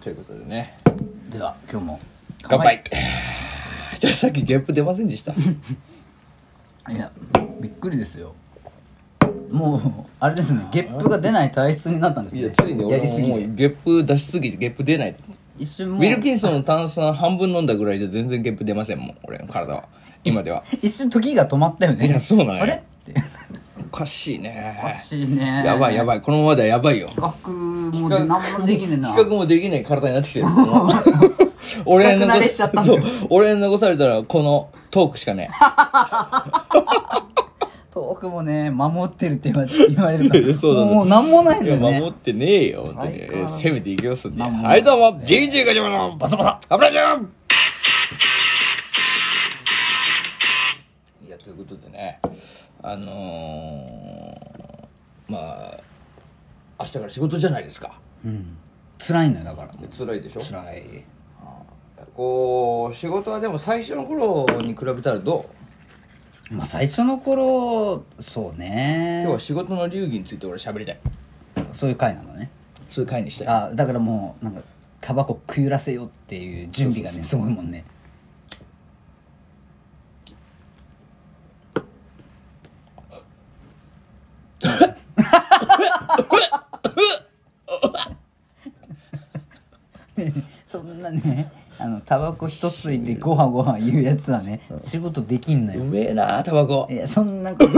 ということでねでは今日も乾 杯じゃあさっきゲップ出ませんでした いやびっくりですよもうあれですねゲップが出ない体質になったんですいねやついにや俺りもすぎもうてゲップ出しすぎてゲップ出ない一瞬ウもうィルキンソンの炭酸半分飲んだぐらいじゃ全然ゲップ出ませんもん俺の体は今では一瞬時が止まったよねいやそうなんよあれ っておかしいねおかしいねやばいやばいこのままではやばいよ企画もで何もできねえな企画もできない体になってきて る俺企画慣れしちゃったんだそう俺に残されたらこのトークしかねトークもね守ってるって言わ言われるかいやらそうなのもう何もないんいだやよね守ってねえよ本当に相変わらず攻めていきますんでなんもはいどうも DJ ガチャマのバサバサ油じゃんいやということでねあのー、まあ明日から仕事じゃないですかうん辛いのよだから辛いでしょ辛いこう仕事はでも最初の頃に比べたらどうまあ最初の頃そうね今日は仕事の流儀について俺喋りたいそういう回なのねそういう会にしたいあだからもうなんかタバコ食いらせようっていう準備がねすごいもんね ねそんなねあのタバコ一吸いでごはごは言うやつはね仕事できんのうよめえなタバコいやそんなこと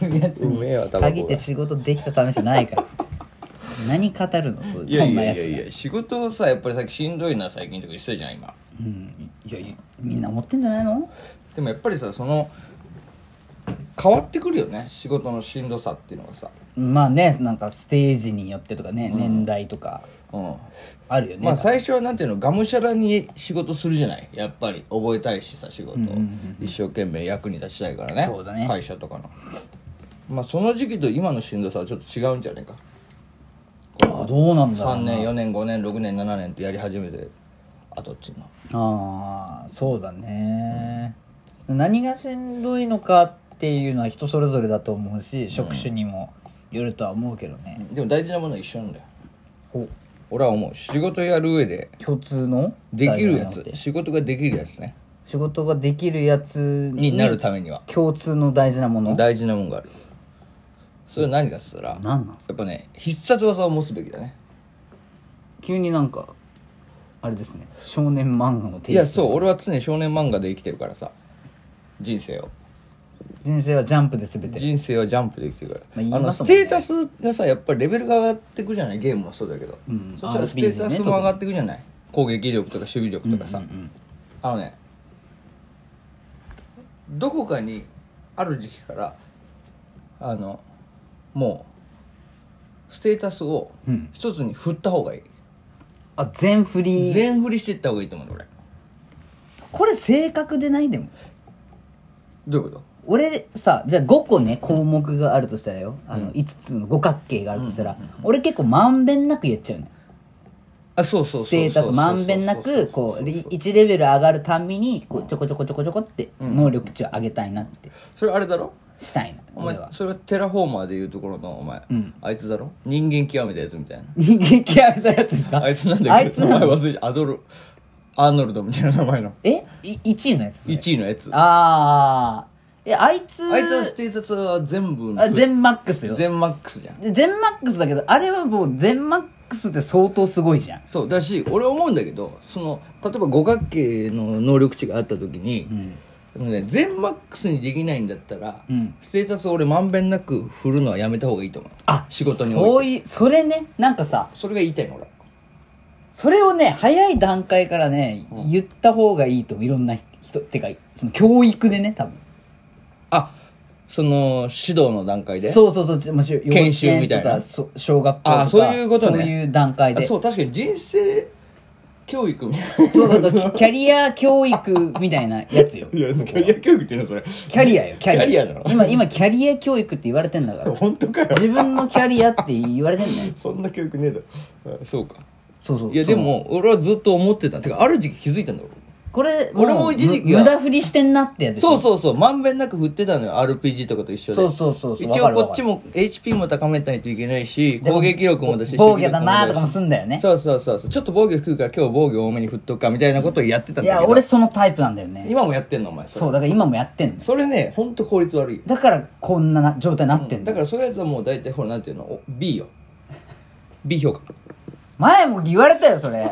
言うやつうにめえわタバコが限って仕事できた試しないから何語るのそそんいやいなややついやいや仕事をさやっぱりさしんどいな最近とか言ってたじゃん今うん、いやいやみんな持ってんじゃないのでもやっぱりさその変わってくるよね仕事のしんどさっていうのがさ、まあねなんかステージによってとかね、うん年代とかうんあるよね、まあ最初はなんていうのがむしゃらに仕事するじゃないやっぱり覚えたいしさ仕事を、うんうんうん一生懸命役に立ちたいからねそうだね会社とかのまあその時期と今のしんどさはちょっと違うんじゃないかあどうなんだろう3な年4年5年6年7年とやり始めてあとっていうのはああそうだね、何がしんどいのかっていうのは人それぞれだと思うし職種にもよるとは思うけどね、でも大事なものは一緒なんだよお俺は思う仕事やる上で共通のできるや題材なのつで仕事ができるやつね仕事ができるやつになるためには共通の大事なもの大事なもんがあるそれは何かっつったらや何なんっぱね必殺技を持つべきだね急になんかあれですね少年漫画のテいイストやそう俺は常に少年漫画で生きてるからさ人生を人生はジャンプで全て人生はジャンプで生きてるかまあら、言いあのますスもんねテータスがさやっぱりレベルが上がってくじゃないゲームもそうだけど、うんそしたら RPG ステータスも上がってくじゃない攻撃力とか守備力とかさ、うんうんあのねどこかにある時期からあのもうステータスをうんうん一つに振った方がいい、あ全振り全振りしていった方がいいと思うの俺これ正確でないでもどういうこ俺さじゃあ5個ね項目があるとしたらよあうんの5つの五角形があるとしたら、うんうんうん俺結構まんべんなくやっちゃうのよとあそうそうそうステータスまんべんなくこう1レベル上がるたんびにこうちょこちょこちょこちょこってうん能力値を上げたいなってそれあれだろしたいの、お前俺はそれはテラフォーマーでいうところのお前、うんあいつだろ人間極めたやつみたいな人間極めたやつですかあいつなんだあっいけつどな名前の忘れちゃアドルアーノルドみたいな名前のえい1位のやつそれ1位のやつあああえあいついつはステータスは全部のあ全マックスよ全マックスじゃんで全マックスだけどあれはもう全マックスって相当すごいじゃんそうだし俺思うんだけどその例えば五角形の能力値があった時うに、ん、あのね、全マックスにできないんだったら、うん、ステータスを俺まんべんなく振るのはやめた方がいいと思うあ仕事にそおういていうそれねなんかさそれが言いたいの俺それをね早い段階からね、うん言った方がいいと思ういろんな人ってかその教育でね多分あその指導の段階でうそうそうそうちもし研修みたいな幼稚園とかそ小学校とかあそういうことねそういう段階でそう確かに人生教育みたいなそうそうそうキャリア教育みたいなやつよ いやキャリア教育っていうのそれキャリアよキャリキャアリアなの今今キャリア教育って言われてんだ から本当かよ自分のキャリアって言われてんだよそんな教育ねえだろあそうかそうそういやそでのも俺はずっと思ってたてかある時期気づいたんだよこれ俺も一時期は無無駄振りしてんなってやつそううそうそうまんべんなく振ってたのよ RPG とかと一緒でそうそうそうそう一応こっちも HP も高めないといけないしでも攻撃力もだし防御だなとかも守すんだよね備力もだしそうそうそうそうちょっと防御低いから今日防御多めに振っとくかみたいなことをやってたんいだけやど俺そのタイプなんだよね今もやってんのお前それそうだから今もやってんのそれねほんと効率悪いよだからこんなな状態になってんだだからそういうやつはもう大体ほらなんていうのお B よ B 評価前も言われたよそ れ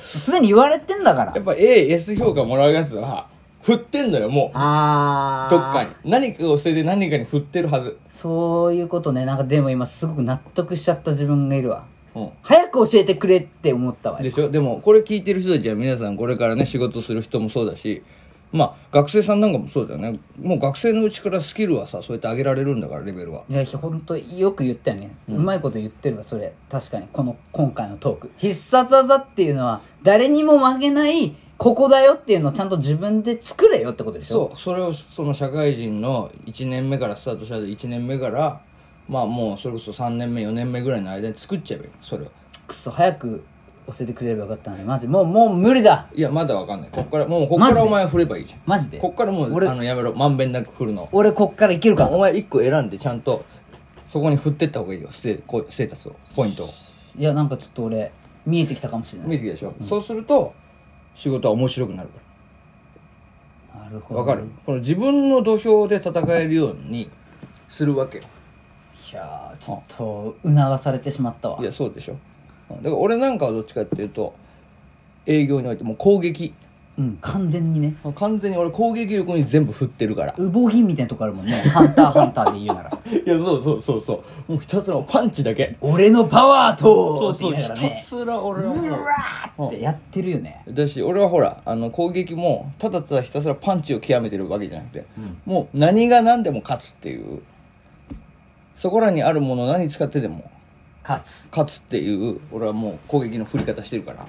すでに言われてんだからやっぱ AS 評価もらうやつは振ってんのよもうあーどっかに何かを捨てて何かに振ってるはずそういうことねなんかでも今すごく納得しちゃった自分がいるわうん早く教えてくれって思ったわでしょでもこれ聞いてる人たちは皆さんこれからね仕事する人もそうだしまあ学生さんなんかもそうだよねもう学生のうちからスキルはさそうやって上げられるんだからレベルはいや本当よく言ったよね、ううんまいこと言ってるわそれ確かにこの今回のトーク必殺技っていうのは誰にも負けないここだよっていうのをちゃんと自分で作れよってことでしょそうそれをその社会人の1年目からスタートしたで1年目からまあもうそれこそ3年目4年目ぐらいの間に作っちゃえばいいそれはくそ早く教えてくれればよかったのにマジもうもう無理だいやまだわかんないこっからもうこっかマジらでお前振ればいいじゃんマジでこっからもう俺あのやめろまんべんなく振るの俺こっからいけるかおも前1個選んでちゃんとそこに振ってった方がいいよステこうステータスをポイントをいやなんかちょっと俺見えてきたかもしれない見えてきたでしょ、そうすると仕事は面白くなるかなるほらどわかるこの自分の土俵で戦えるようにするわけよいやーちょっと促されてしまったわいやそうでしょうんだから俺なんかはどっちかっていうと営業においてもう攻撃うん完全にねもう完全に俺攻撃力に全部振ってるからウボギンみたいなとこあるもんねハンターハンターで言うな いらやそうそうそうそうもうひたすらパンチだけ 俺のパワーそとうそうって言いひながらたねすら俺はもうってやってるよねだし俺はほらあの攻撃もただただひたすらパンチを極めてるわけじゃなくて、もう何が何でも勝つっていうそこらにあるもの何使ってでも勝つ勝つっていう俺はもう攻撃の振り方してるから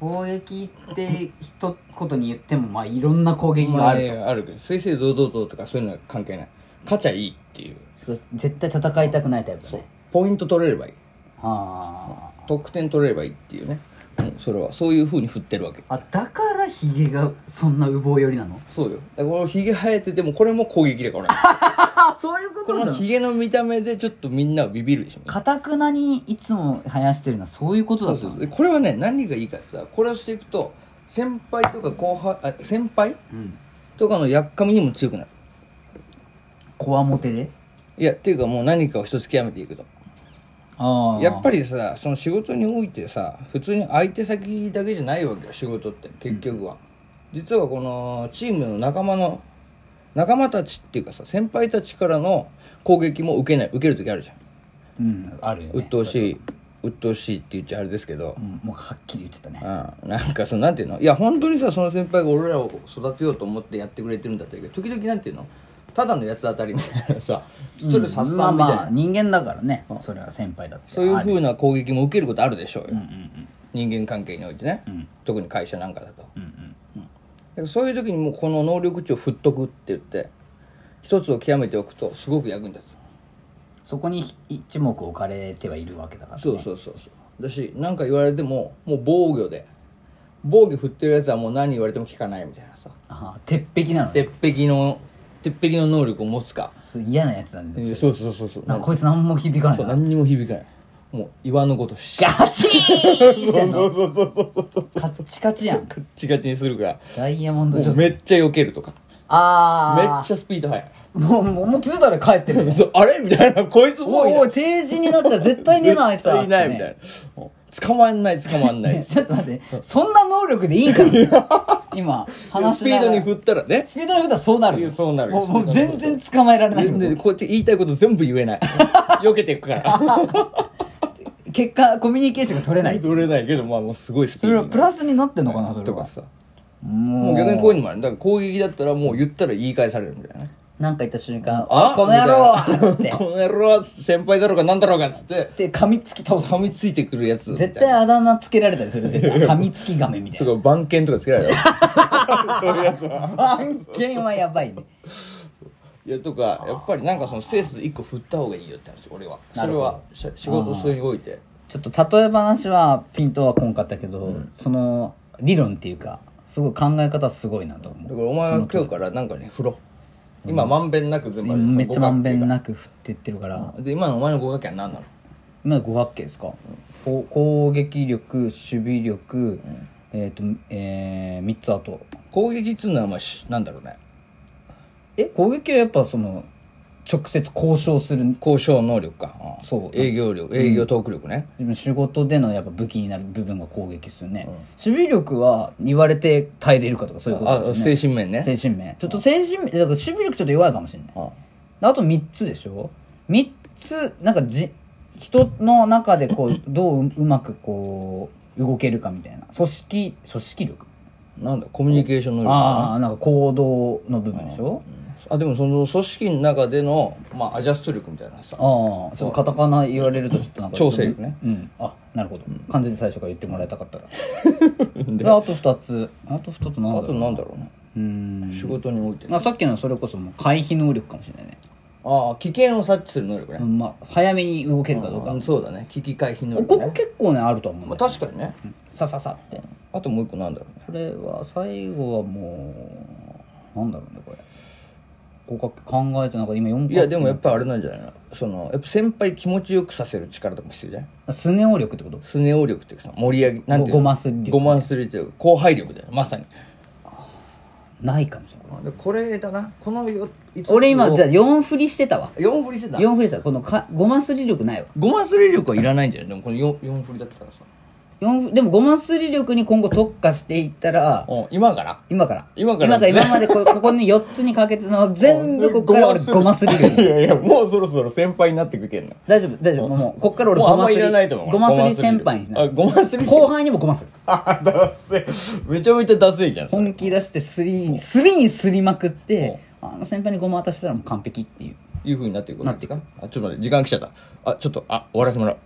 攻撃って一言に言ってもまあいろんな攻撃がまああるねあるけど正々堂々ととかそういうのは関係ない勝ちゃいいっていうすごい絶対戦いたくないタイプだねポイント取れればいいあ得点取れればいいっていうねもうそれはそういうふうに振ってるわけーあだからヒゲがそんなウボ寄りなのそうよだから俺ひげ生えててもこれも攻撃だ から俺ああそういうこことなののひげの見た目でちょっとみんなはビビるでしょかたくなにいつも生やしてるのはそういうことだそうったそうのそうでこれはね何がいいかさこれをしていくと先輩とか後輩あ先輩うんとかのやっかみにも強くなるこわもてでいやっていうかもう何かを一つ極めていくとああやっぱりさその仕事においてさ普通に相手先だけじゃないわけよ仕事って結局は、実はこのチームの仲間の仲間たちっていうかさ先輩たちからの攻撃も受けない受ける時あるじゃんうんあるよね鬱陶しい鬱陶しいって言っちゃあれですけど、うんもうはっきり言ってたねうん、なんかそのなんていうのいや本当にさその先輩が俺らを育てようと思ってやってくれてるんだったらいいけど時々なんていうのただのやつ当たりみた いなさストレス発散みたいな、まあまあ人間だからねそれは先輩だってそういうふうなな攻撃も受けることあるでしょうよ、うんうん人間関係においてね、うんうん特に会社なんかだとだかうんうんらそういう時にもうこの能力値を振っとくって言って一つを極めておくとすごく役に立そこに一目置かれてはいるわけだからつねそうそうそうそうだし何か言われてももう防御で防御振ってるやつはもう何言われても聞かないみたいなさああ鉄壁なのね鉄壁の鉄壁の能力を持つかそう嫌なやつなんでそうそうそうそうなんかこいつ何も響かないそうな何にも響かないもう岩のごとしガチーンしてんのそうそうそうそうそうカッチカチやんガッチガチにするからダイヤモンドも女うめ性っちゃ避けるとかめっああちゃスピード速いもうもうもう気づいたら帰ってるねそうあれみたいなこいつもおういおい定時になったら絶対寝ないあいつは絶対いないみたいなもう捕まんない捕まん ないねちょっと待って、そんな能力でいいんかな今、話スしピなーがドらに振ったらねスピードに振ったらそうなるよ。そうなるよもうもうスピード全に然捕まえられないでこっち言いたいこと全部言え ない避けていくから結果、コミュニケーションが取れない。取れないけどまあもうすごいスピそーれドはプラスになってんのかな、それとは。かさももう逆にこういうのに。もあるだから攻撃だったらもう言ったら言い返されるみたいなねなんか言った瞬間、あこの野郎みたいなっつって、 この野郎っつって先輩だろうがなんだろうがっつってで噛みつき倒す。噛みついてくるやつみたいな絶対あだ名つけられたりする、絶対。噛みつき亀みたすいな。ごい番犬とかつけられ たそういうやつは案件はやばいね。いやとかやっぱりなんかそのスペース1個振った方がいいよって話俺はなそるれほはどし仕事するにおいてちょっと例え話はピントはこんかったけど、うんその理論っていうかすごい考え方すごいなとだか思うらお前は今日からなんかね振ろう今まんべんなく全部ある今めっちゃまんべんくなく振ってってるからで今のお前の五角形は何なの今五角形ですか、こう攻撃力守備力、えっ、とえー、3つあと攻撃っつうのはまあしなんだろうねえ攻撃はやっぱその直接交渉する交渉能力か、んそう営業力営業トーク力ね、自分仕事でのやっぱ武器になる部分が攻撃ですよね、うん守備力は言われて耐えれるかとかそういうこあとあですよ精神ね面ね、精神面ちょっと精神面だから守備力ちょっと弱いかもしれないうんあと3つでしょ3つなんかじ人の中でこうどうううまくこう動けるかみたいな組織組織力なんだコミュニケーション能力あかあなんか行動の部な分でしょ、うんあでもその組織の中での、まあ、アジャスト力みたいなさああちょっとカタカナ言われるとちょっとなんか調整力ねうんあなるほど漢字で最初から言ってもらいたかったらでであと2つあと2つなんだろあうとなんだろうね、うーん仕事において、まあ、さっきのそれこそもう回避能力かもしれないね、ああ危険を察知する能力ね、うんまあ、早めに動けるかどうか、うんそうだね危機回避能力ここね、結構ねあると思うんまあ、だよ確かにねさささってあともう一個なんだろうねこれは最後はもうなんだろうねこれ合格考えてなんか今4いやでもやっぱあれなんじゃないのそのやっぱ先輩気持ちよくさせる力とかも必要じゃないスネ夫力ってことスネ夫力っていうかさ盛り上げなんていうのごますり力ごますりというか後輩力だよまさにないかもしれないでこれだなこのよ5つを俺今じゃあ4振りしてたわ4振りしてた4振りしたこのかごますり力ないわごますり力はいらないんじゃないでもこの 4, 四振りだったらさ四でもごますり力に今後特化していったらうん今から今から今から今今までこここに4つにかけてたの全部ここから俺ごます りい力やいやもうそろそろ先輩になってくけんな大丈夫大丈夫もうこっから俺もうあごんまますいりらないと思うごますり先輩になあるごますり先後輩輩にもごまするあダセえめちゃめちゃダセいじゃんそれ本気出してスリースリーにすりまくってうあの先輩にごま渡したらもう完璧っていういうふうになっていくわけですかあちょっと待って時間来ちゃったあちょっとあ終わらせてもらう